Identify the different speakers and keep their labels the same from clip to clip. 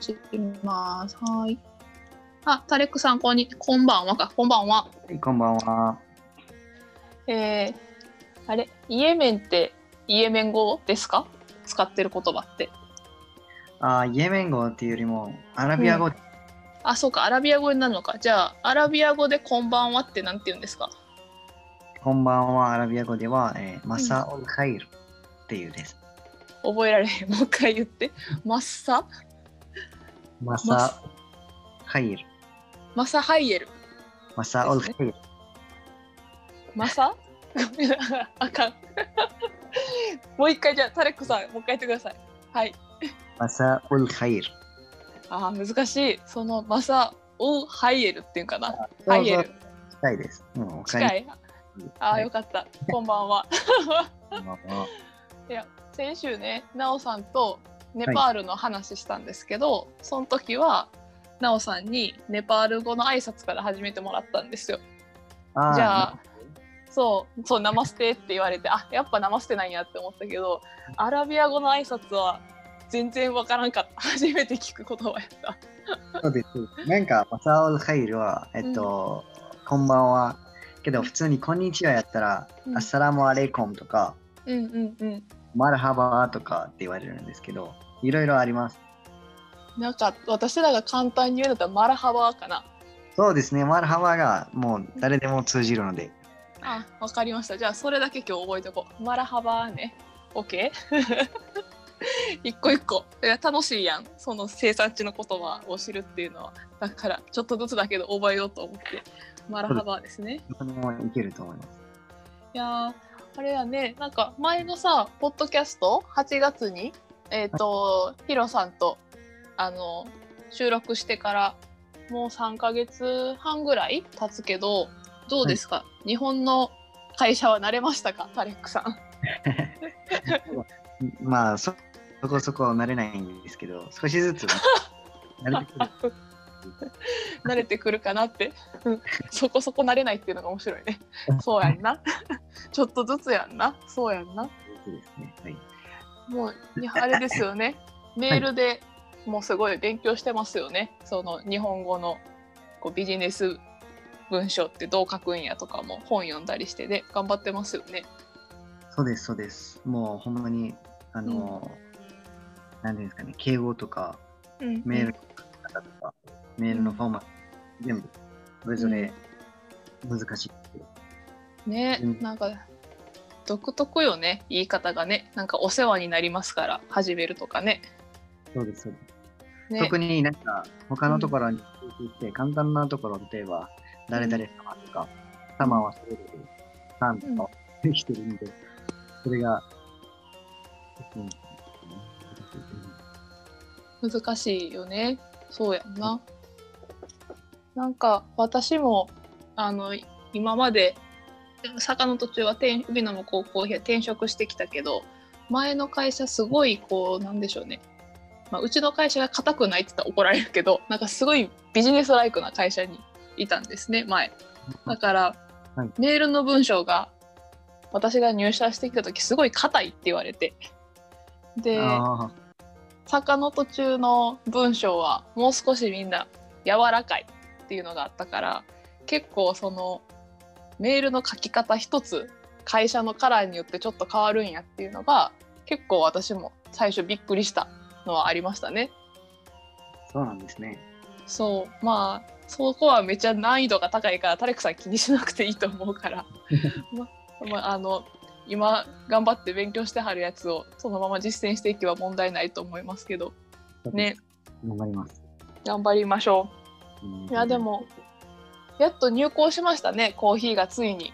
Speaker 1: しています。はい。あ、タレックさん、こんに、こんばんはか、こんばんは。
Speaker 2: はい、こんばんは。
Speaker 1: えー、あれ、イエメンって、イエメン語ですか使ってる言葉って。
Speaker 2: あイエメン語っていうよりも、アラビア語、うん、
Speaker 1: あ、そうか、アラビア語になるのか。じゃあ、アラビア語でこんばんはってなんて言うんですか
Speaker 2: こんばんは、アラビア語では、えー、マサオルカイルっていうです。
Speaker 1: うん、覚えられへん。もう一回言って。マッサ
Speaker 2: マサハイエル。
Speaker 1: マサハイエル。
Speaker 2: マサオルハイエル。
Speaker 1: マサ あかん。もう一回じゃあ、タレックさん、もう一回言ってください。はい。
Speaker 2: マサオルハイエル。
Speaker 1: ああ、難しい。そのマサオルハイエルっていうかな。ハイエル。
Speaker 2: 近いです。うん、
Speaker 1: 近い。ああ、よかった。こんばんは。 いや、先週ね、なおさんとネパールの話したんですけど、はい、その時は、なおさんにネパール語の挨拶から始めてもらったんですよ。じゃあそうそう「ナマステ」って言われてあやっぱナマステなんやって思ったけどアラビア語の挨拶は全然わからんかった 初めて聞く言葉やった。
Speaker 2: そうですなんかマサオル・ハイルは「えっと、うん、こんばんは」けど普通に「こんにちは」やったら「うん、アッサラム・アレコン」とか
Speaker 1: 「うんうんうん
Speaker 2: マルハバ」とかって言われるんですけどいろいろあります。
Speaker 1: なんか私らが簡単に言うのだったらマラハバかな。
Speaker 2: そうですね、マラハバがもう誰でも通じるので。
Speaker 1: あ、わかりました。じゃあそれだけ今日覚えておこう。マラハバね。OK? 一個一個いや楽しいやんその生産地の言葉を知るっていうのはだからちょっとずつだけど覚えようと思ってマラハバですね
Speaker 2: それもいけると思います
Speaker 1: いやあれやねなんか前のさポッドキャスト8月にえっ、ー、と、はい、ヒロさんとあの収録してからもう3ヶ月半ぐらい経つけどどうですか、はい、日本の会社は慣れましたかタレックさん
Speaker 2: まあそこそこ慣れないんですけど少しずつ
Speaker 1: 慣れてくる慣れてくるかなってそこそこ慣れないっていうのが面白いね そうやんなちょっとずつやんなそうやんな
Speaker 2: そうですね、はい、
Speaker 1: もうあれですよねメールで、はいもうすごい勉強してますよねその日本語のこうビジネス文章ってどう書くんやとかも本読んだりしてね頑張ってますよね。
Speaker 2: そうですそうですもうほんまにあの、うん、なんていうんですかね敬語とか、うん、メールの書き方とか、うん、メールのフォーマット全部それぞれ難しい、
Speaker 1: うん、ね、うん、なんか独特よね言い方がねなんかお世話になりますから始めるとかね。
Speaker 2: そうです、そうです。ね、特になんか他のところに行って簡単なところ、例えば、誰々様とか、様はそれぞれ、さんとかできてるんで、それが、
Speaker 1: 難しいよね。そうやんな。なんか私も、あの、今まで、坂の途中は天海野の高校転職してきたけど前の会社すごいこうなんでしょうねまあ、うちの会社が硬くないって言ったら怒られるけどなんかすごいビジネスライクな会社にいたんですね前だから、はい、メールの文章が私が入社してきた時すごい硬いって言われてで坂の途中の文章はもう少しみんな柔らかいっていうのがあったから結構そのメールの書き方一つ会社のカラーによってちょっと変わるんやっていうのが結構私も最初びっくりしたのはありましたね。
Speaker 2: そうなんですね。
Speaker 1: そう、まあ、そこはめちゃ難易度が高いから、タレクさん気にしなくていいと思うから。ままあの、今頑張って勉強してはるやつを、そのまま実践していけば問題ないと思いますけど。ね。
Speaker 2: 頑張ります。
Speaker 1: 頑張りましょう。いや、でも。やっと入校しましたね、コーヒーがついに。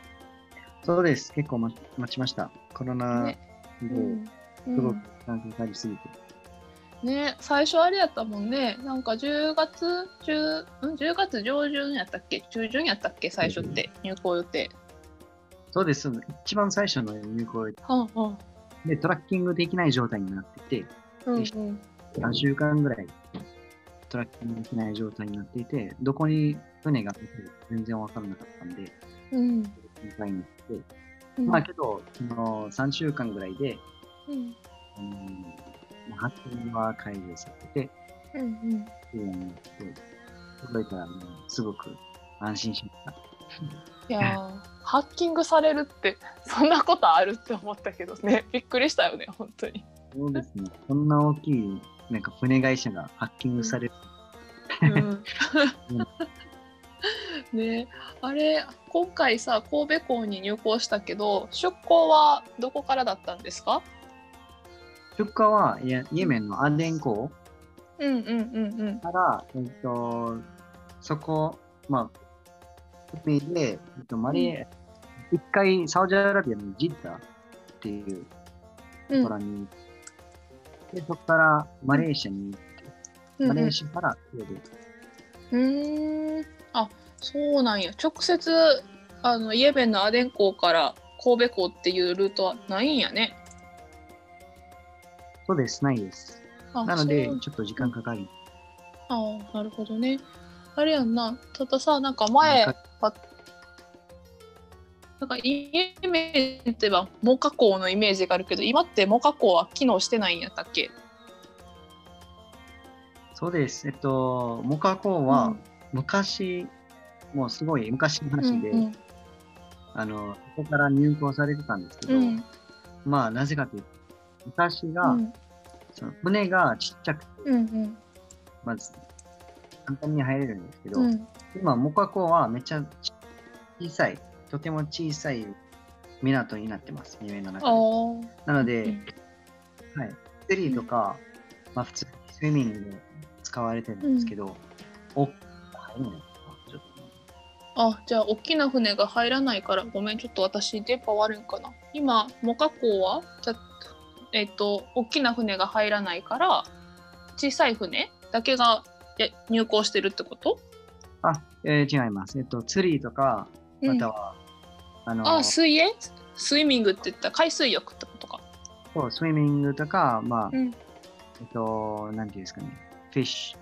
Speaker 2: そうです、結構待ちました。コロナで、ね、うん、すごく感染されすぎて。
Speaker 1: ね最初あれやったもんねなんか10月中10月上旬やったっけ中旬やったっけ最初って入校予定
Speaker 2: そうです一番最初の入校予定、
Speaker 1: はあは
Speaker 2: あ、でトラッキングできない状態になってて、
Speaker 1: うんうん、3
Speaker 2: 週間ぐらいトラッキングできない状態になっていてどこに船が出てるか全然分からなかったんで、
Speaker 1: うん、心
Speaker 2: 配になって、うん、まあけどその3週間ぐらいで、
Speaker 1: うん、
Speaker 2: うん発展は解除されて、
Speaker 1: うんうん
Speaker 2: 綺麗にして、届いたらもうすごく安心しまし
Speaker 1: いやーハッキングされるってそんなことあるって思ったけどねびっくりしたよね本当に
Speaker 2: た。そうですね、こんな大きいなんか船会社がハッキングされる。
Speaker 1: うん、 ねあれ今回さ神戸港に入港したけど出港はどこからだったんですか
Speaker 2: 出荷はイエイエメンのアデン港
Speaker 1: うんうんうんうん
Speaker 2: から、えっと、そこ、まあ、海で、えっと、マリエ、一回サウジアラビアのジッダっていうところに、で、そこからマレーシアに、マレーシアから船で、
Speaker 1: うーんあそうなんや直接あのイエメンのアデン港から神戸港っていうルートはないんやね
Speaker 2: そうです、ないです。
Speaker 1: あ
Speaker 2: なので
Speaker 1: そう、
Speaker 2: ちょっと時間かかり、
Speaker 1: ああなるほどねあれやんなたださなんか前
Speaker 2: なん
Speaker 1: はなんかイエメンって言えばモカ港のイメージがあるけど今ってモカ港は機能してないんやったっけ
Speaker 2: そうです、えっと、モカ港は、昔、もうすごい昔の話で、
Speaker 1: うん
Speaker 2: あの、そこから入港されてたんですけど、
Speaker 1: うん
Speaker 2: まあ、なぜかというと、昔が、
Speaker 1: うん
Speaker 2: その船がちっちゃくて、
Speaker 1: うんうん
Speaker 2: まず、簡単に入れるんですけど、
Speaker 1: うん
Speaker 2: 今、モカ港はめっちゃ小さい、とても小さい港になってます、夢の
Speaker 1: あ
Speaker 2: 中で。
Speaker 1: ー
Speaker 2: なので、
Speaker 1: うん
Speaker 2: はい、釣りとか、まあ普通にスイミングで使われてるんですけど、お入るのかなちょっ
Speaker 1: あじゃあ大きな船が入らないからごめんちょっと私電波悪いんかな今モカ港はじゃえっ、と大きな船が入らないから小さい船だけがや入港してるってこと
Speaker 2: とあ、えー違います。えっと、釣りとか、
Speaker 1: うん
Speaker 2: または、あの
Speaker 1: あ水泳スイミングって言ったら海水浴ってことか。
Speaker 2: そうスイミングとか、まあ、
Speaker 1: うん、
Speaker 2: えっと、なんていうんですかね、フィッシュ、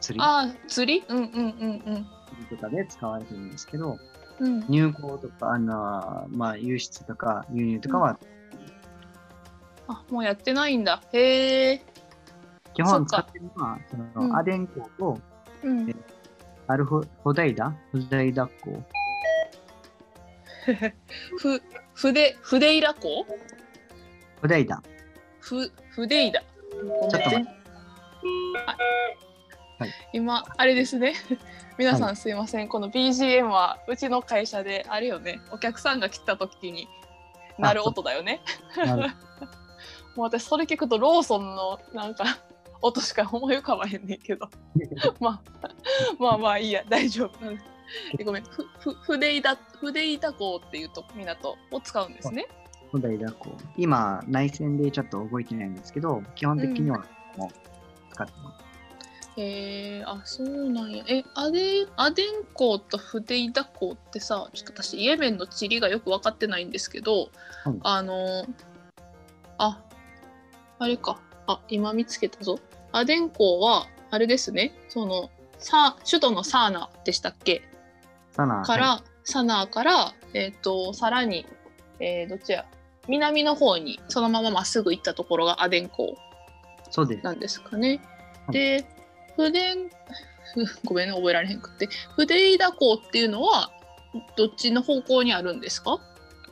Speaker 2: 釣り
Speaker 1: あ釣りうんうんうん
Speaker 2: とかで使われてるんですけど、
Speaker 1: うん。うん、
Speaker 2: 入港とか、あのまあ、輸出とか輸入とかは、
Speaker 1: あもうやってないんだ。へえ。
Speaker 2: 基
Speaker 1: そっ
Speaker 2: 本使
Speaker 1: か
Speaker 2: ってるのは、その、
Speaker 1: うん
Speaker 2: アデン港と
Speaker 1: うん
Speaker 2: え、アルホホダイダ、ホダイダ港、
Speaker 1: ふ筆筆イラ港
Speaker 2: ホダ イダ。
Speaker 1: ふ筆イラ。ごめん
Speaker 2: ちょっと
Speaker 1: ね。あ
Speaker 2: はい
Speaker 1: 今あれですね 皆さ
Speaker 2: は
Speaker 1: んすいません、この BGM はうちの会社であれよねお客さんが来た時に鳴る音だよね
Speaker 2: なる
Speaker 1: もう私それ聞くとローソンのなんか 音しか思い浮かばへんねんけどまあ、まあまあいいや、大丈夫。うんえごめん、ふ、ふ、筆板、筆板港っていうと、港を使うんですね。
Speaker 2: ホダイダ港。今、内戦でちょっと動いてないんですけど、基本的にはもう使ってます。
Speaker 1: へえあ、そうなんや。え、アデン、アデン港と筆板港ってさ、ちょっと私イエメンの地理がよく分かってないんですけど。
Speaker 2: はい
Speaker 1: あの、あ、あれか、あ、今見つけたぞ。アデン港は、あれですね、その、さ、首都のサーナでしたっけ。
Speaker 2: サナ
Speaker 1: から、
Speaker 2: はい
Speaker 1: サナーから、えっとさらに、えーどっちや南の方にそのまままっすぐ行ったところがアデン港
Speaker 2: そうです。
Speaker 1: なんですかね。
Speaker 2: はい
Speaker 1: でフデン ごめんね覚えられへんくってフデイダ港っていうのはどっちの方向にあるんですか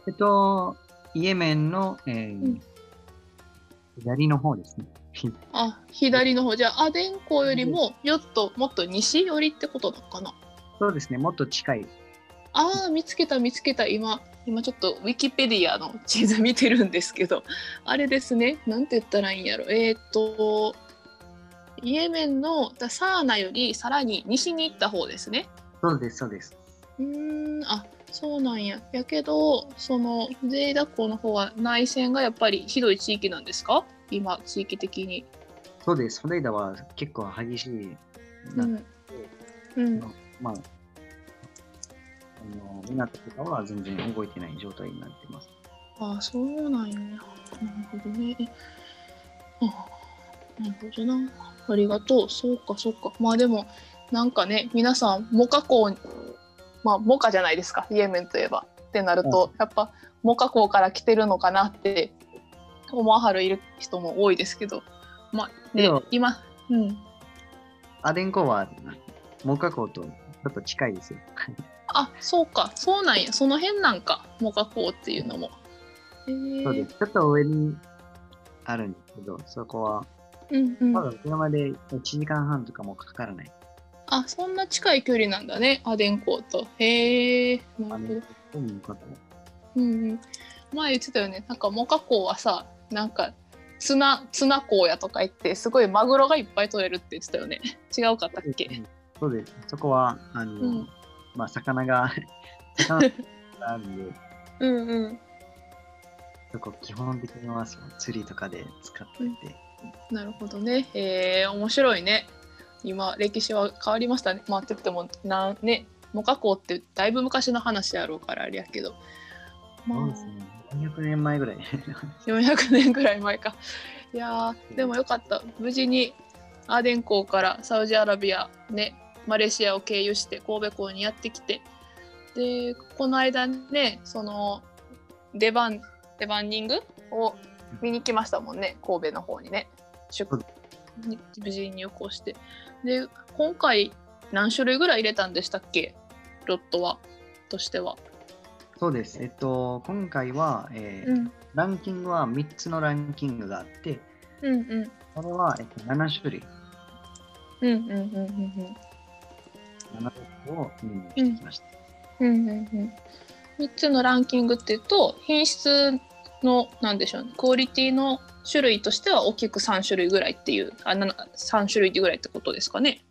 Speaker 2: えっと、イエメンの、えー
Speaker 1: うん
Speaker 2: 左の方ですね。
Speaker 1: あ左の方じゃあアデン港よりもよっともっと西寄りってことなのかな
Speaker 2: そうですね、もっと近い。
Speaker 1: あー見つけた見つけた今今ちょっとウィキペディアの地図見てるんですけどあれですねなんて言ったらいいんやろえーっとイエメンのだサーナよりさらに西に行った方ですね
Speaker 2: そうです、そうです。
Speaker 1: うーんあそうなんややけどそのゼイダ港の方は内戦がやっぱりひどい地域なんですか今地域的に
Speaker 2: そうです、ホダイダは結構激しい。
Speaker 1: う
Speaker 2: なん
Speaker 1: んうん
Speaker 2: まあ、あの港とかは全然動いてない状態になってます。
Speaker 1: ああそうなんや。なるほどね。ああなるほどな。ありがとう。そうかそうか。まあでもなんかね皆さんモカ港にまあモカじゃないですかイエメンといえば。ってなると、やっぱモカ港から来てるのかなって思わはるいる人も多いですけどまあ、ね
Speaker 2: でも、
Speaker 1: 今うん
Speaker 2: アデンコは、モカ港とちょっと近いですよ。
Speaker 1: あそうかそうなんやその辺なんかモカ港っていうのも。へー
Speaker 2: そうです。ちょっと上にあるんですけど、そこは、
Speaker 1: うんうん
Speaker 2: まだ車で1時間半とかもかからない。
Speaker 1: あそんな近い距離なんだねアデン港と。へえな
Speaker 2: ア
Speaker 1: る
Speaker 2: デ
Speaker 1: ほど
Speaker 2: ン。コに向かって。
Speaker 1: うんうん、前言ってたよねなんかモカ港はさなんか綱綱港やとか言ってすごいマグロがいっぱい取れるって言ってたよね 違うかったっけ
Speaker 2: うんそうです。そこは、あの、
Speaker 1: うん
Speaker 2: まあ、魚が、 魚があるんで、
Speaker 1: うんうん
Speaker 2: そこ基本的にはその釣りとかで使ってて、
Speaker 1: なるほどねへえ面白いね今歴史は変わりましたねまあって言ってもなんねモカ港ってだいぶ昔の話やろうからあれやけどま
Speaker 2: そう
Speaker 1: あ
Speaker 2: ですね。400年前ぐらい。
Speaker 1: 400年ぐらい前かいやーでもよかった無事にアーデン港からサウジアラビアねマレシアを経由して神戸港にやってきてでこの間ねその出番出番ニングを見に来ましたもんね神戸の方にね出に無事に入港してで今回何種類ぐらい入れたんでしたっけロットはとしては、
Speaker 2: そうです。えっと、今回は、えー
Speaker 1: ん、
Speaker 2: ランキングは3つのランキングがあって、
Speaker 1: うんうん
Speaker 2: それは、えっと、7種類、
Speaker 1: うんうんうんうんうん
Speaker 2: 7種類を見にしてきました。
Speaker 1: うんうんうん、3つのランキングっていうと品質のなんでしょうねクオリティの種類としては大きく3種類ぐらいっていうあな3種類ぐらいってことですかね。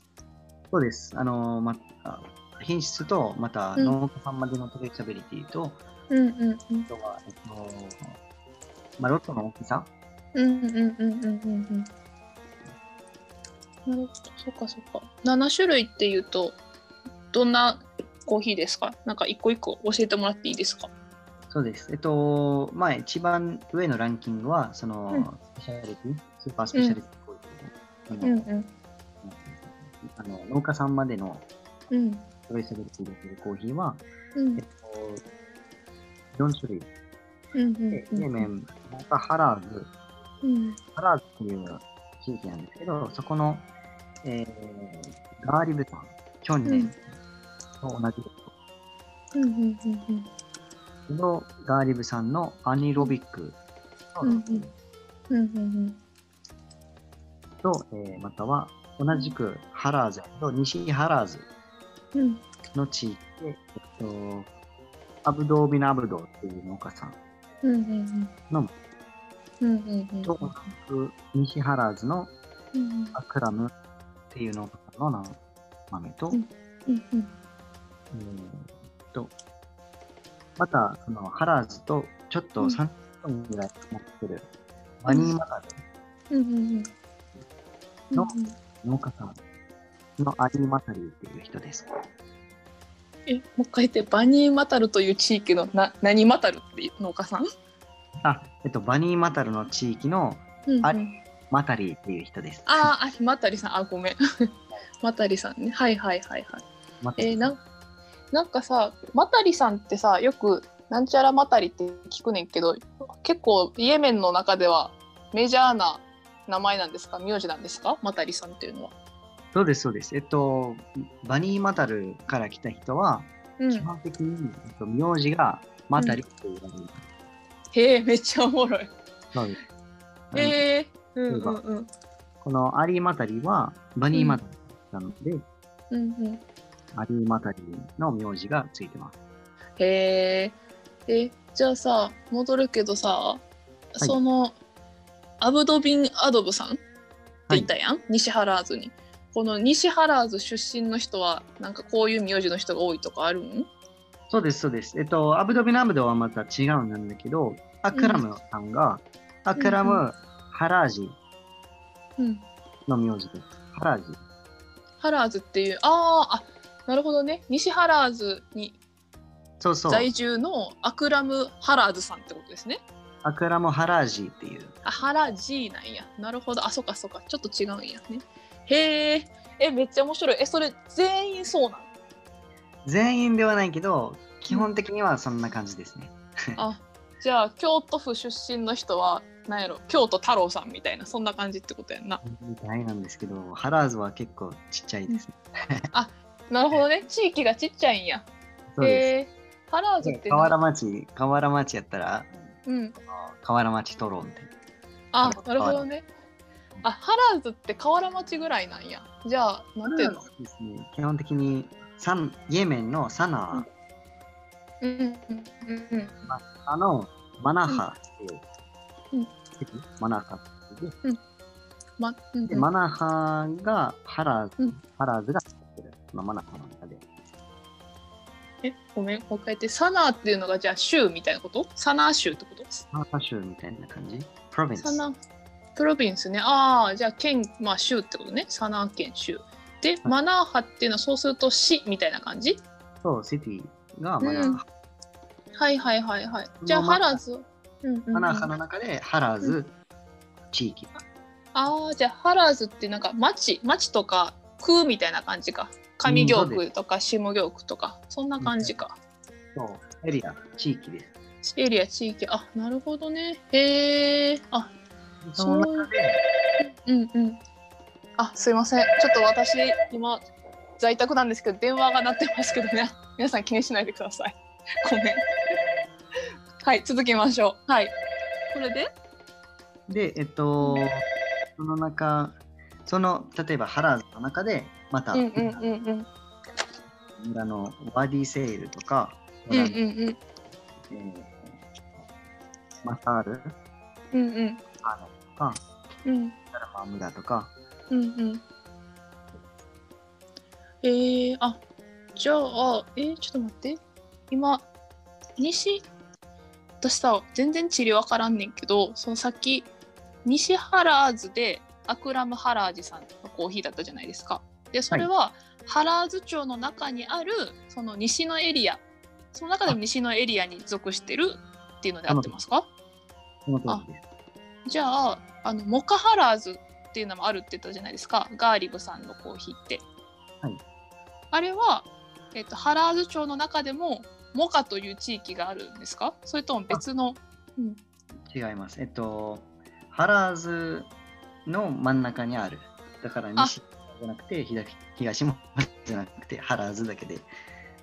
Speaker 2: そうです。あの、まあ品質と、また
Speaker 1: うん
Speaker 2: 農家さんまでのトレーサビリティと、
Speaker 1: うんうんうん
Speaker 2: あとは、えっと、まあ、ロットの大きさ
Speaker 1: うんうんうんうんうんうんなるほどそっかそっか7種類っていうとどんなコーヒーですかなんか一個一個教えてもらっていいですか
Speaker 2: そうです。えっと、まあ、一番上のランキングは、その、
Speaker 1: うん
Speaker 2: スペシャリティ、スーパースペシャリティコーヒーの、
Speaker 1: ん
Speaker 2: あの農家さんまでの
Speaker 1: うん
Speaker 2: トレーサビリティできるコーヒーは、
Speaker 1: うん
Speaker 2: えっと、4種類。
Speaker 1: うん
Speaker 2: で、イエメン、またハラーズ、
Speaker 1: うん
Speaker 2: ハラーズっていう地域なんですけど、そこの、えー、ガーリブさん、キョンネンと同じ
Speaker 1: うんうんうん
Speaker 2: の、ガーリブさんのアニロビックと、
Speaker 1: うんうんうんうんうん
Speaker 2: とえーまたは同じくハラーズと西ハラーズ
Speaker 1: うん
Speaker 2: の地域で、えっと、アブドービナアブドーっていう農家さん
Speaker 1: うんうんう
Speaker 2: なんん
Speaker 1: うんうんうん
Speaker 2: と、西ハラーズの
Speaker 1: うん
Speaker 2: アクラムっていう農家さんの生豆と、
Speaker 1: うんうんうん
Speaker 2: えーと、また、その、ハラーズと、ちょっと
Speaker 1: うん
Speaker 2: 3分ぐらい持ってる、マニーマガ
Speaker 1: うんうんうん
Speaker 2: のル農家さんのアリーマタリーっていう人です。
Speaker 1: えもう一回言ってバニーマタルという地域のな何マタルっていう農家さん、
Speaker 2: あ、えっと、バニーマタルの地域の
Speaker 1: うんうん、
Speaker 2: あマタリーっていう人です。
Speaker 1: あーあマタリさんあごめん マタリさんねはいはいはいはい
Speaker 2: マタ
Speaker 1: え
Speaker 2: リ
Speaker 1: ー、なんなんかさマタリさんってさよくなんちゃらマタリって聞くねんけど結構イエメンの中ではメジャーな名前なんですか名字なんですかマタリさんっていうのは。
Speaker 2: そうです、そうです。えっと、バニーマタルから来た人は、
Speaker 1: う
Speaker 2: 基本的に、えっと、名字がマタリーっていうのに、
Speaker 1: へえめっちゃおもろい。
Speaker 2: そうですあの
Speaker 1: へえうんうんうん
Speaker 2: このアリーマタリーは、バニーマタリーなので、
Speaker 1: うんうん。
Speaker 2: アリーマタリーの名字がついてます。
Speaker 1: へええじゃあさ戻るけどさそのアブドビン・アドブさんって言ったやん、西原津に。この西原津出身の人はなんかこういう名字の人が多いとかあるん
Speaker 2: そうです、そうです。えっと、アブドビナムドはまた違うんなんだけど、アクラムさんが、アクラ
Speaker 1: うん
Speaker 2: ム・ハラージ
Speaker 1: うん。
Speaker 2: の名字です。ハラージ。
Speaker 1: 原津っていうあーあなるほどね西原津に
Speaker 2: そうそう。
Speaker 1: 在住のアクラム・ハラーズさんってことですね。
Speaker 2: アクラム・ハラージっていう。
Speaker 1: あ、ハラジーなんや。なるほど。あ、そっかそっか。ちょっと違うんやね。へえ。え、めっちゃ面白い。え、それ全員そうな
Speaker 2: 全員ではないけど、基本的にはそんな感じですね。
Speaker 1: の。あ、じゃあ京都府出身の人はなんやろ京都太郎さんみたいなそんな感じってことやんな
Speaker 2: みたいなんですけど、ハラーズは結構ちっちゃいですね。
Speaker 1: なるほどね地域がちっちゃいんや
Speaker 2: そうで
Speaker 1: へえハラー
Speaker 2: す。
Speaker 1: ズっ
Speaker 2: で
Speaker 1: て
Speaker 2: 河
Speaker 1: な
Speaker 2: 原町、河原町やったら、
Speaker 1: うん
Speaker 2: 河原町トロみたいな。
Speaker 1: あなるほどねあハラーズって河原町ぐらいなんやじゃあなんていうの
Speaker 2: そうですね、基本的にサンイエメンのサナー、
Speaker 1: うんうんうんうん
Speaker 2: あのマナハっていう、
Speaker 1: うん
Speaker 2: マナハっていう
Speaker 1: まうんうん
Speaker 2: で、マナハがハラーズ、
Speaker 1: うん
Speaker 2: ハラーズが作ってる、そのマナハの中で。
Speaker 1: えごめんもう一回言ってサナーっていうのがじゃあ州みたいなことサナー州ってこと
Speaker 2: マナハ州みたいな感じプロヴィンス。
Speaker 1: サナープロビンスねああじゃあ県まあ州ってことねサナー県州でマナーハっていうのはそうすると市みたいな感じ
Speaker 2: そう、シティがマナハ。
Speaker 1: うんはいはいはいはいじゃあ
Speaker 2: ま
Speaker 1: ハ
Speaker 2: あまあ
Speaker 1: ラーズうんうんうん
Speaker 2: マナハの中でハラーズ、地域。
Speaker 1: ああじゃあハラーズってなんか町町とか区みたいな感じか上行
Speaker 2: うんそう
Speaker 1: 区とか下行区とかそんな感じか、
Speaker 2: そう、エリア、地域です。
Speaker 1: エリア地域あなるほどねへえあ
Speaker 2: その中で、
Speaker 1: うんうんあすいませんちょっと私今在宅なんですけど電話が鳴ってますけどね 皆さん気にしないでください ごめんはい続きましょうはいこれで
Speaker 2: で、えっと、その中、その、例えばハラーズの中で、また、
Speaker 1: うんうんうんうん
Speaker 2: 村のワディセイルとか、
Speaker 1: うんう
Speaker 2: 村
Speaker 1: ん
Speaker 2: の
Speaker 1: うん
Speaker 2: えーマサール、
Speaker 1: うんうん
Speaker 2: あのとか、
Speaker 1: うん
Speaker 2: ダルマームダとか、
Speaker 1: うんうん。えー、あじゃあ、えー、ちょっと待って。今、西、私さ、全然地理わからんねんけど、そのさっき、西ハラーズでアクラムハラージさんのコーヒーだったじゃないですか。で、それは、ハラーズ町の中にある、その西のエリア、その中でも西のエリアに属してるっていうので合ってますか
Speaker 2: その通りです。
Speaker 1: じゃああのモカハラーズっていうのもあるって言ったじゃないですかガーリブさんのコーヒーって、
Speaker 2: はい
Speaker 1: あれは、えっとハラーズ町の中でもモカという地域があるんですかそれとも別のうん
Speaker 2: 違います。えっと、ハラーズの真ん中にある。だから
Speaker 1: あ
Speaker 2: 西じゃなくて東、東もじゃなくて、ハラーズだけで。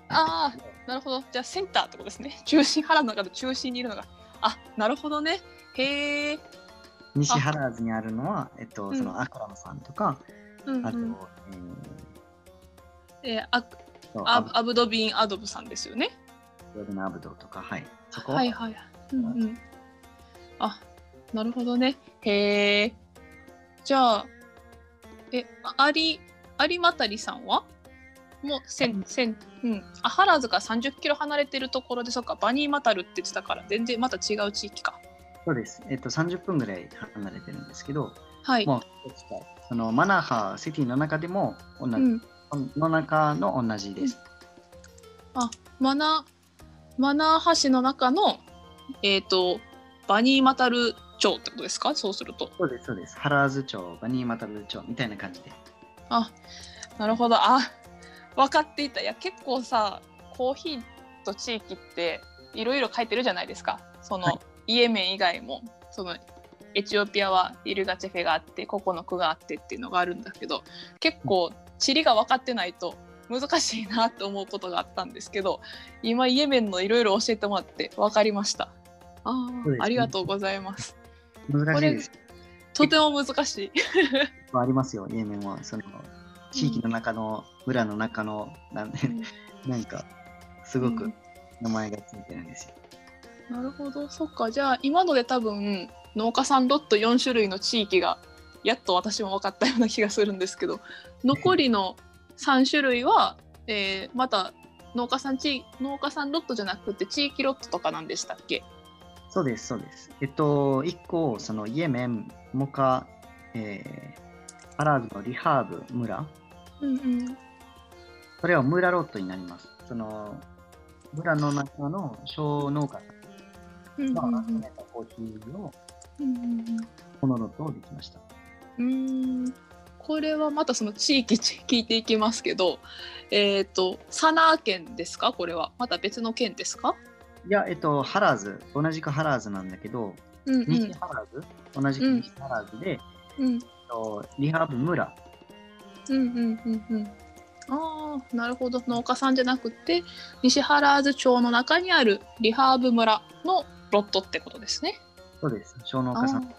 Speaker 1: あなるほどじゃあセンターってことですね 中心ハラーズの中の中心にいるのがあなるほどねへえ
Speaker 2: 西ハラーズにあるのは、えっと、
Speaker 1: うん
Speaker 2: そのアクラムさんとか、
Speaker 1: うんう
Speaker 2: あと、
Speaker 1: ん
Speaker 2: えー
Speaker 1: えーア
Speaker 2: そう
Speaker 1: ア
Speaker 2: ア
Speaker 1: ブ
Speaker 2: ブ
Speaker 1: アブドビン・アドブさんですよね
Speaker 2: ヨルナアブドとか、はい。そこ、
Speaker 1: はいはい。うんうん。あ、なるほどね。へえ。じゃあ、え、あり、有馬たりさんはもう、せん、せん、うん。あ、ハラーズから30キロ離れてるところで、そっか、バニーマタルって言ってたから、全然また違う地域か。
Speaker 2: そうです。えっと、30分ぐらい離れてるんですけど、
Speaker 1: はい。
Speaker 2: もう近い、そのマナハシティの中でも同じ、
Speaker 1: うん。
Speaker 2: の中の同じです。
Speaker 1: マナ、マナー橋の中の、えっ、と、バニーマタル町ってことですかそうすると。
Speaker 2: そうです、そうです。ハラーズ町、バニーマタル町みたいな感じで。
Speaker 1: あなるほどあ分かっていたいや結構さコーヒーと地域っていろいろ書いてるじゃないですかその、
Speaker 2: はい
Speaker 1: イエメン以外もそのエチオピアはイルガチェフェがあってここの区があってっていうのがあるんだけど結構地理が分かってないと難しいなと思うことがあったんですけど今イエメンのいろいろ教えてもらって分かりましたあー
Speaker 2: そうですね
Speaker 1: ありがとうございます
Speaker 2: 難しいです。
Speaker 1: とても難 しい
Speaker 2: ありますよ、イエメンは。その地域の中の、村の中の、なんで、 なんか、すご
Speaker 1: う
Speaker 2: く
Speaker 1: ん
Speaker 2: 名前がついてるんですよ。
Speaker 1: なるほどそっかじゃあ今ので多分農家さんロット4種類の地域がやっと私も分かったような気がするんです けど残りの3種類は、えーまた農家さん地農家さんロットじゃなくて地域ロットとかなんでしたっけ
Speaker 2: そうです、そうです。えっと、一個、そのイエメン、モカ、えー、ハラーズのリハーブ村、
Speaker 1: うんうん
Speaker 2: それは村ロットになります。その村の中の小農家
Speaker 1: うんうん
Speaker 2: さんが
Speaker 1: う
Speaker 2: 集
Speaker 1: ん
Speaker 2: めたコーヒーを
Speaker 1: うん
Speaker 2: このロットをできました。
Speaker 1: うんうんこれはまたその地域聞いていきますけどえっ、とサナー県ですかこれはまた別の県ですか
Speaker 2: いや、えっと、ハラーズ、同じくハラーズなんだけど、
Speaker 1: うんう
Speaker 2: 西
Speaker 1: ん
Speaker 2: 原部、同じく西原部で、
Speaker 1: うん
Speaker 2: とリハーブ村、
Speaker 1: うんうんうんうんああなるほど農家さんじゃなくて西原津町の中にあるリハーブ村のロットってことですね。
Speaker 2: そうです、小農家さん。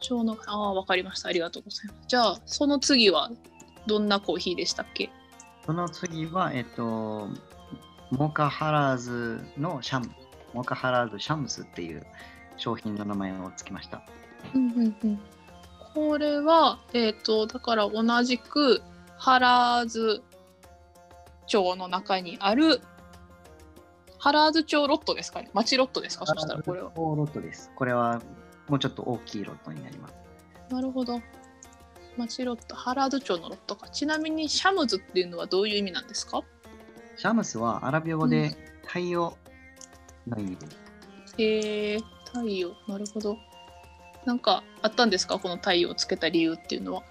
Speaker 1: 町のああわかりましたありがとうございます。じゃあその次はどんなコーヒーでしたっけ
Speaker 2: その次は、えっと、モカハラーズのシャム、モカハラーズシャムスっていう商品の名前をつけました。
Speaker 1: うんうんうん、これは、えー、とだから同じく原津町の中にある原津町ロットですかね町ロットですかそしたらこれは。
Speaker 2: ハラーズロットです。これはもうちょっと大きいロットになります。
Speaker 1: なるほど町ロット原津町のロットかちなみにシャムズっていうのはどういう意味なんですか
Speaker 2: シャムスはアラビア語で太陽の意味です。
Speaker 1: へえ太陽なるほど。なんかあったんですかこの太陽をつけた理由っていうのは。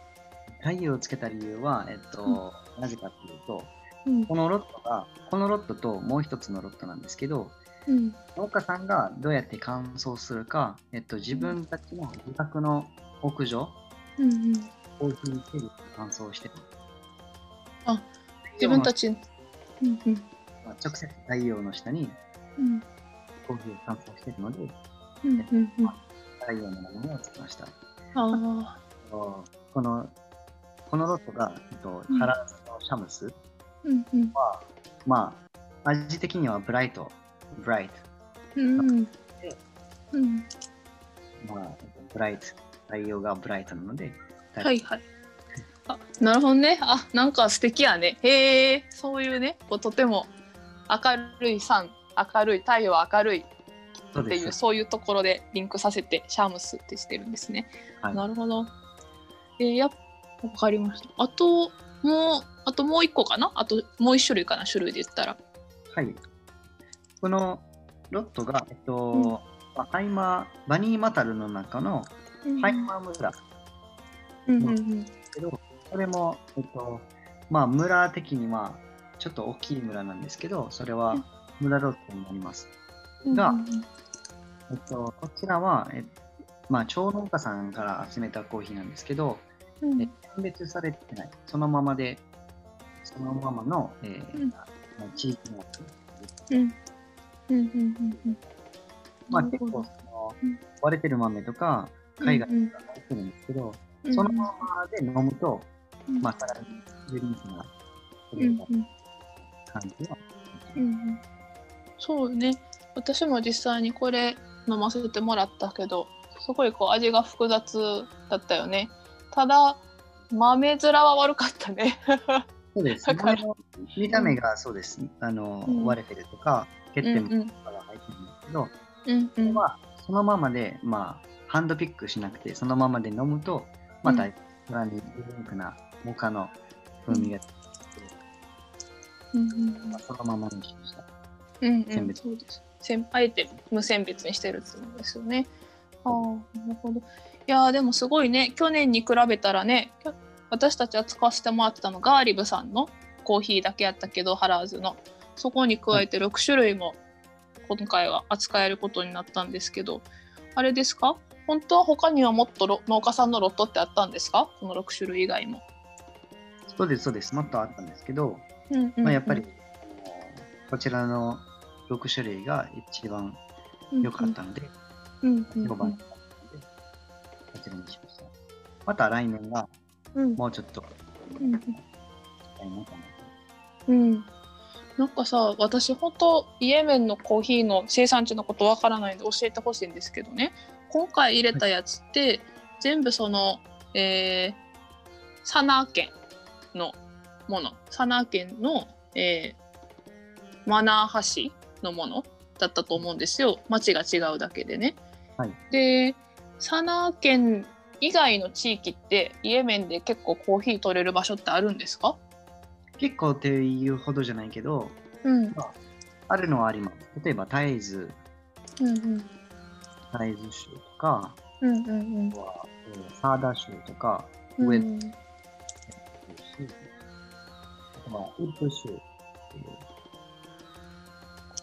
Speaker 2: 太陽をつけた理由は、えっと、なぜかっていうと、
Speaker 1: うん
Speaker 2: このロットが、このロットともう一つのロットなんですけど、
Speaker 1: うん
Speaker 2: 農家さんがどうやって乾燥するか、えっと、自分たちの自宅の屋上、
Speaker 1: うんうん、
Speaker 2: コーヒーテリーで乾燥してます
Speaker 1: あ自分たち、うんうん
Speaker 2: まあ直接太陽の下に
Speaker 1: うん
Speaker 2: コーヒーを乾燥してるので、
Speaker 1: うんうんうん
Speaker 2: 太陽の名前をつけました。
Speaker 1: あ
Speaker 2: この、このロットが、えっと
Speaker 1: うん、
Speaker 2: ハラーズのシャムス、
Speaker 1: あ、うんうん
Speaker 2: まあ、味的にはブライト、ブライ
Speaker 1: うんうん、
Speaker 2: ト、まあ、ブライト、太陽がブライトなので、
Speaker 1: はいはい。あ、なるほどね。あ、なんか素敵やね。へえ、そういうね、こうとても明るいさん、明るい太陽は明るいっ
Speaker 2: そう
Speaker 1: て
Speaker 2: で
Speaker 1: いう
Speaker 2: す。
Speaker 1: そういうところでリンクさせてシャームスってしてるんですね。
Speaker 2: はい
Speaker 1: なるほど。えー、やっわかりました。あともうあともう一個かな。あともう一種類かな種類で言ったら。
Speaker 2: はい。このロットが、えっと、
Speaker 1: うん
Speaker 2: まあハイマー、バニーマタルの中のハイマー村
Speaker 1: うんうんうん
Speaker 2: けど、それも、えっと、まあ、村的には、ちょっと大きい村なんですけど、それは
Speaker 1: うん
Speaker 2: 村ロットになります。
Speaker 1: うん。
Speaker 2: がえっと、こちらは、えまあ、超農家さんから集めたコーヒーなんですけど、
Speaker 1: うん
Speaker 2: え選別されてない、そのままで、そのままの、えー
Speaker 1: うん
Speaker 2: まあ地域の、
Speaker 1: うんうんうんうんうん。
Speaker 2: まあ、
Speaker 1: なる
Speaker 2: 結
Speaker 1: ほど
Speaker 2: 構その
Speaker 1: うん、
Speaker 2: 割れてる豆とか、海外とか入ってるんですけど、そのままで飲むと、
Speaker 1: うん
Speaker 2: まあ、さらにジュリンクな
Speaker 1: うんうん
Speaker 2: 感じの、
Speaker 1: うんうんそうね私も実際にこれ飲ませてもらったけどすごいこう味が複雑だったよねただ豆面は悪かったね
Speaker 2: そうです。
Speaker 1: だから
Speaker 2: 豆の見た目がそうです。あの、
Speaker 1: うん
Speaker 2: 割れてるとか、欠
Speaker 1: うんう
Speaker 2: 点と
Speaker 1: ん
Speaker 2: かが入ってるんですけど、
Speaker 1: うんう
Speaker 2: これ
Speaker 1: ん
Speaker 2: はそのままで、まあ、ハンドピックしなくて、そのままで飲むと、また、
Speaker 1: う
Speaker 2: さらにユニークなモカの風味が、
Speaker 1: うんうん
Speaker 2: まあそのままにしました。
Speaker 1: うんう
Speaker 2: 選
Speaker 1: ん、
Speaker 2: 別
Speaker 1: そうです。先あえて無選別にしてるってことですよね。ああ、なるほど。いやーでもすごいね。去年に比べたらね、きょ私たちは使わせてもらってたのガーリブさんのコーヒーだけやったけどハラーズのそこに加えて6種類も今回は扱えることになったんですけど、あれですか？本当は他にはもっとロ農家さんのロットってあったんですか？この6種類以外も。
Speaker 2: そうです、そうです。もっとあったんですけど、
Speaker 1: うんうんうん
Speaker 2: まあ、やっぱり、あのこちらの6種類が一番良かっ。たので、
Speaker 1: うんうん
Speaker 2: 評判だったので、こちらにしました。また来年は
Speaker 1: うんうん。
Speaker 2: もうちょっと、
Speaker 1: うんうん
Speaker 2: やりたいなと思って
Speaker 1: うん、なんかさ私本当イエメンのコーヒーの生産地のことわからないんで教えてほしいんですけどね今回入れたやつって、全部その、えーサナー県のものサナー県の、えーマナー橋のものだったと思うんですよ町が違うだけでね。
Speaker 2: はい
Speaker 1: でサナー県以外の地域ってイエメンで結構コーヒー取れる場所ってあるんですか、
Speaker 2: 結構っていうほどじゃないけど、
Speaker 1: うん
Speaker 2: あるのはあります。例えば、タイズ、
Speaker 1: うんうん
Speaker 2: タイズ州とか、
Speaker 1: うんうん
Speaker 2: あとはえーサーダ州とか、
Speaker 1: うん。
Speaker 2: ウェ
Speaker 1: うん
Speaker 2: あとはウッド州っていう、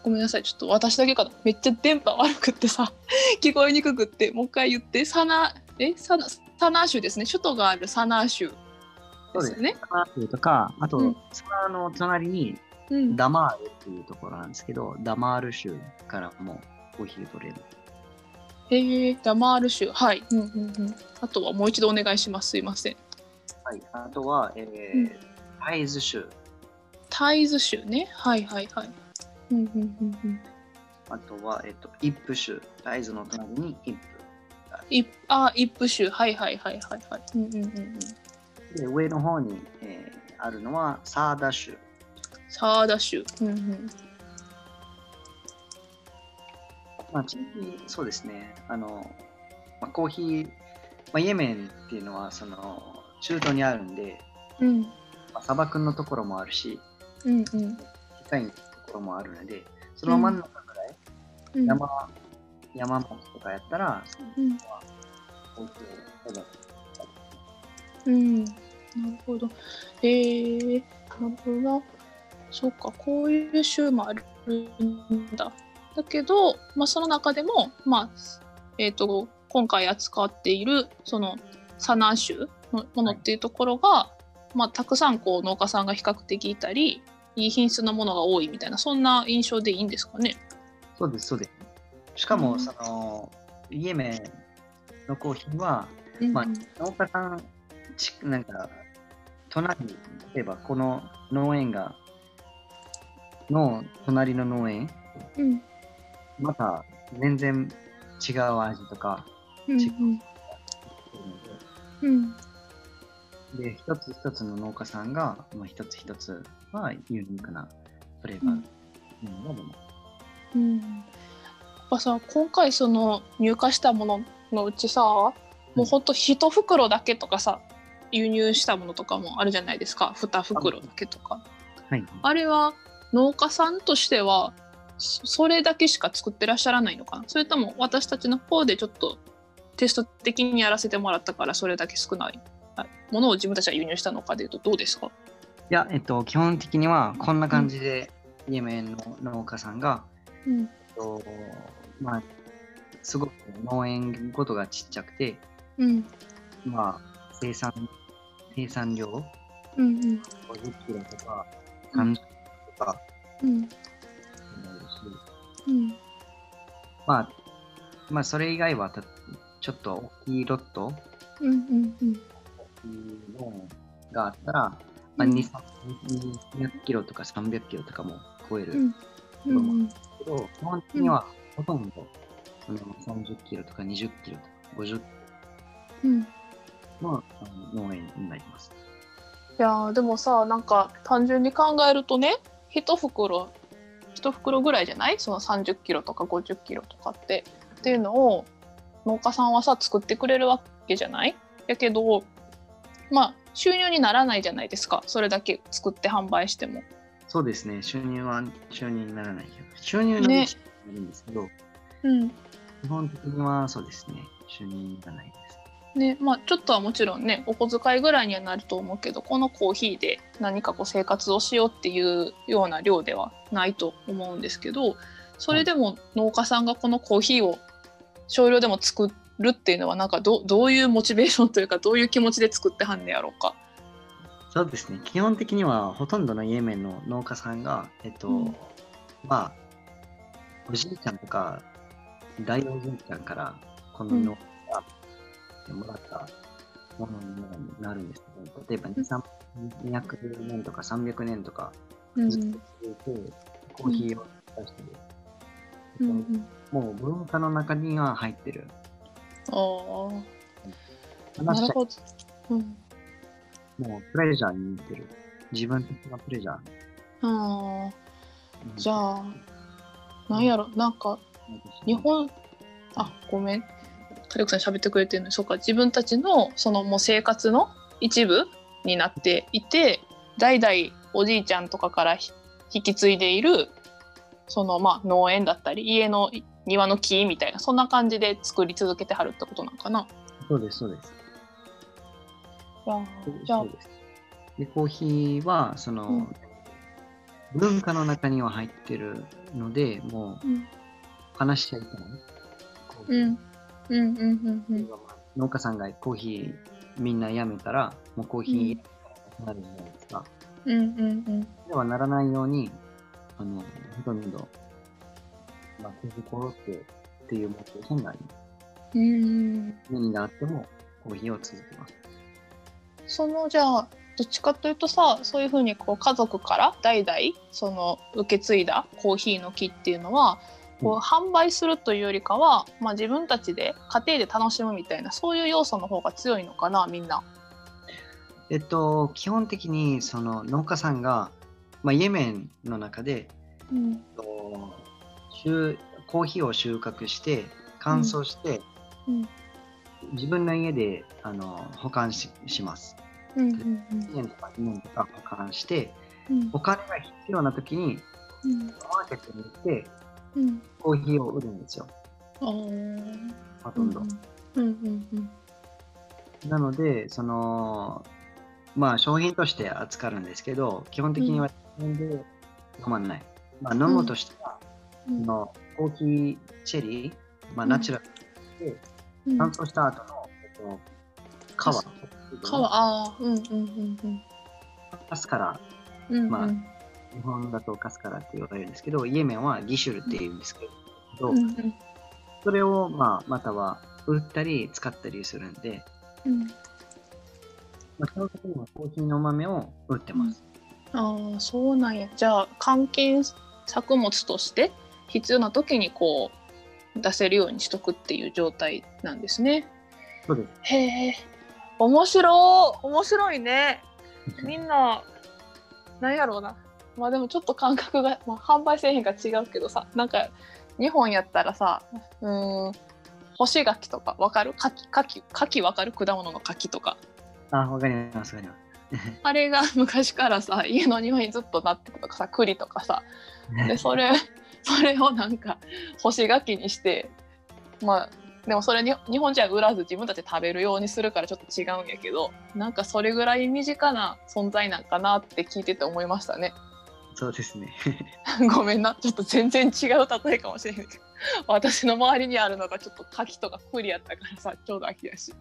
Speaker 1: ごめんなさいちょっと私だけかなめっちゃ電波悪くってさ 聞こえにくくってもう一回言ってサナえサナサナー州ですね首都があるサナー州ですよね。
Speaker 2: サナー州とか、あと、
Speaker 1: うん
Speaker 2: サナーの隣に
Speaker 1: うん、
Speaker 2: ダマールっていうところなんですけど、ダマール州からもお昼取れる。
Speaker 1: えー、ダマール州はい、うんうんうん、あとはもう一度お願いしますすいません
Speaker 2: はい、あとは、えー
Speaker 1: うん
Speaker 2: タイズ州、
Speaker 1: タイズ州ねはいはいはいうんうんうんうん
Speaker 2: あとは、えっとイップ州、タイズの隣にイッ
Speaker 1: イッあイップ州はいはいはいはいはいうんうんうんうん
Speaker 2: プ。で、上の方に、えーあるのはサーダ州。
Speaker 1: サーダ州うんうん
Speaker 2: まあ、地域、そうですね、あの、まあ、コーヒー、まあ、イエメンっていうのは、その、中東にあるんで、
Speaker 1: うん
Speaker 2: まあ、砂漠のところもあるし、
Speaker 1: うんうん
Speaker 2: 機械のところもあるので、その真ん中ぐらい、
Speaker 1: うん
Speaker 2: 山、山もとかやったら、
Speaker 1: うん
Speaker 2: こうやってただ
Speaker 1: うん、なるほど。えー、なるほどな。そうか、こういう州もあるんだ。だけど、まあ、その中でも、まあ、えっ、と、今回扱っている、その、サナー州のものっていうところが、まあ、たくさんこう農家さんが比較的いたり、いい品質のものが多いみたいな、そんな印象でいいんですかね。
Speaker 2: そうです、そうです。しかも、
Speaker 1: うん
Speaker 2: その、イエメンのコーヒーは、
Speaker 1: うん
Speaker 2: まあ農家さん、ちなんか、隣に、例えばこの農園が、の隣の農園、
Speaker 1: うん、
Speaker 2: また全然違う味とか、
Speaker 1: うん、うん、うん、
Speaker 2: で、一つ一つの農家さんが、まあ、一つ一つはユニークなフレーバーっていうのが出ます
Speaker 1: うん。やっぱさ今回その入荷したもののうちさもうほんと一袋だけとかさ輸入したものとかもあるじゃないですか2袋だけとか
Speaker 2: はい。
Speaker 1: あれは農家さんとしてはそそれだけしか作ってらっしゃらないのかなそれとも私たちの方でちょっとテスト的にやらせてもらったからそれだけ少ないあものを自分たちは輸入したのかでいうとどうですか
Speaker 2: いや、えっと、基本的にはこんな感じで、イエメンの農家さんが、
Speaker 1: うん
Speaker 2: えっとまあ、すごく農園ごとがちっちゃくて、
Speaker 1: うん
Speaker 2: まあ、生産、生産量
Speaker 1: うん
Speaker 2: 50キロとか
Speaker 1: う
Speaker 2: 30
Speaker 1: ん
Speaker 2: キロとか、
Speaker 1: うんうん
Speaker 2: まあ、まあ、それ以外はた、ちょっと大きいロット
Speaker 1: うんうんうん
Speaker 2: があったら、まあ、2、300キロとか300キロとかも超える。
Speaker 1: うんうん
Speaker 2: けど、基本的にはほとんど、その30キロとか20キロとか50キ
Speaker 1: うん
Speaker 2: ロのあの農園になります。
Speaker 1: いやーでもさなんか単純に考えるとね一袋一袋ぐらいじゃないその3 0キロとか5 0キロとかってっていうのを農家さんはさ作ってくれるわけじゃないやけどまあ収入にならないじゃないですかそれだけ作って販売しても。
Speaker 2: そうですね、収入は収入にならないけど、収入の
Speaker 1: ね
Speaker 2: 一部になるんですけど、
Speaker 1: うん
Speaker 2: 基本的にはそうですね、収入にならないです。
Speaker 1: ねまあ、ちょっとはもちろんねお小遣いぐらいにはなると思うけどこのコーヒーで何かこう生活をしようっていうような量ではないと思うんですけどそれでも農家さんがこのコーヒーを少量でも作るっていうのはなんかどどういうモチベーションというかどういう気持ちで作ってはんねやろうか。
Speaker 2: そうですね、基本的にはほとんどのイエメンの農家さんが、えっと、
Speaker 1: うん
Speaker 2: まあ、おじいちゃんとか、大おじいちゃんから、この農家がもらったものになるんですけど、例えばね、300年とか300年とか、
Speaker 1: うん
Speaker 2: ずっと続いて、コーヒーを出してる。
Speaker 1: うんうん
Speaker 2: もう文化の中には入ってる。
Speaker 1: ああな
Speaker 2: 話
Speaker 1: る
Speaker 2: した
Speaker 1: ほど。うん
Speaker 2: もうプレジャーに似てる。自分的なプレジャー。
Speaker 1: あーじゃ
Speaker 2: あ、
Speaker 1: あなんやろなんか日本あごめんカリコさん喋ってくれてるのにそうか自分たちのそのもう生活の一部になっていて代々おじいちゃんとかからひ引き継いでいるそのまあ農園だったり家の庭の木みたいなそんな感じで作り続けてはるってことなのかな。
Speaker 2: そうです、そうです。
Speaker 1: じゃ
Speaker 2: そ
Speaker 1: あ
Speaker 2: うですでコーヒーはその、
Speaker 1: うん
Speaker 2: 文化の中には入ってるので、もう
Speaker 1: うん
Speaker 2: 話しちゃいけない。こう
Speaker 1: うんうんうんうん
Speaker 2: 農家さんがコーヒーみんなやめたら、もうコーヒーなくなるじゃないですか。
Speaker 1: うんうんうん
Speaker 2: ではならないように、あの、ほとんど、まあ、コーヒーコロッケっていうモチベーションがありま
Speaker 1: う
Speaker 2: す。
Speaker 1: んうん
Speaker 2: 何があってもコーヒーを続けます。
Speaker 1: そのじゃあどっちかというとさそういうふうにこう家族から代々その受け継いだコーヒーの木っていうのはこう
Speaker 2: うん
Speaker 1: 販売するというよりかは、まあ、自分たちで家庭で楽しむみたいなそういう要素の方が強いのかなみんな。
Speaker 2: えっと、基本的にその農家さんが、まあ、イエメンの中で、
Speaker 1: うん
Speaker 2: えっと収コーヒーを収穫して乾燥して、
Speaker 1: うん
Speaker 2: 自分の家であの保管しします。
Speaker 1: うん
Speaker 2: 1年とか2年とか保管して
Speaker 1: うん
Speaker 2: お金が必要な時に
Speaker 1: うん
Speaker 2: マーケットに行って
Speaker 1: うん
Speaker 2: コーヒーを売るんですよ
Speaker 1: あー
Speaker 2: ほと
Speaker 1: うんん
Speaker 2: ど。
Speaker 1: うんうんうん
Speaker 2: なので、その、まあ、商品として扱うんですけど、基本的には自分で飲まない。まあ、飲むとしたら、
Speaker 1: うん
Speaker 2: そのコーヒーチェリー、まあ、
Speaker 1: うん
Speaker 2: ナチュラル、
Speaker 1: うん
Speaker 2: 乾燥した後の、えっと、皮、
Speaker 1: 皮あーうんうんうん
Speaker 2: カスカラ、
Speaker 1: うんうん
Speaker 2: まあ
Speaker 1: うん
Speaker 2: 日本だとカスカラって言われるんですけど、イエメンはギシュルって言うんですけど、
Speaker 1: うんうん
Speaker 2: それを、まあ、または売ったり使ったりするんで、
Speaker 1: うん
Speaker 2: まあ、基本的にはコーヒーの豆を売ってます。
Speaker 1: ああそうなんやじゃあ換金作物として必要な時にこう出せるようにしとくっていう状態なんですね
Speaker 2: そうです。
Speaker 1: へえ面白い面白いねみんななんやろうなまあでもちょっと感覚が、まあ、販売製品が違うけどさなんか日本やったらさうーん干し柿とかわかる柿柿柿わかる果物の柿とか
Speaker 2: あ、わかります、わかります。
Speaker 1: あれが昔からさ家の庭にずっとなってたとかさ栗とかさ でそれ それをなんか干し柿にしてまあでもそれに日本人は売らず自分たちで食べるようにするからちょっと違うんやけどなんかそれぐらい身近な存在なんかなって聞いてて思いましたね
Speaker 2: そうですね。
Speaker 1: ごめんなちょっと全然違う例えかもしれないけど私の周りにあるのがちょっと柿とか栗やったからさちょうど秋やし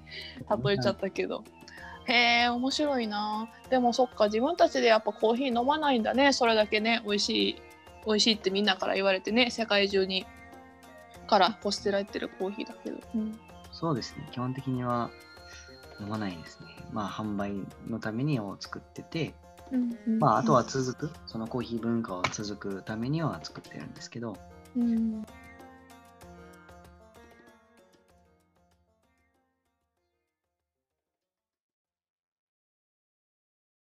Speaker 1: 例え ちゃったけど。へえ面白いなでもそっか自分たちでやっぱコーヒー飲まないんだねそれだけね美味しい美味しいってみんなから言われてね世界中にからこしてられてるコーヒーだけど、うん
Speaker 2: そうですね。基本的には飲まないですね。まあ、販売のためにを作ってて、
Speaker 1: うんうん
Speaker 2: まあ、あとは続く、そのコーヒー文化を続くためには作ってるんですけど、
Speaker 1: うん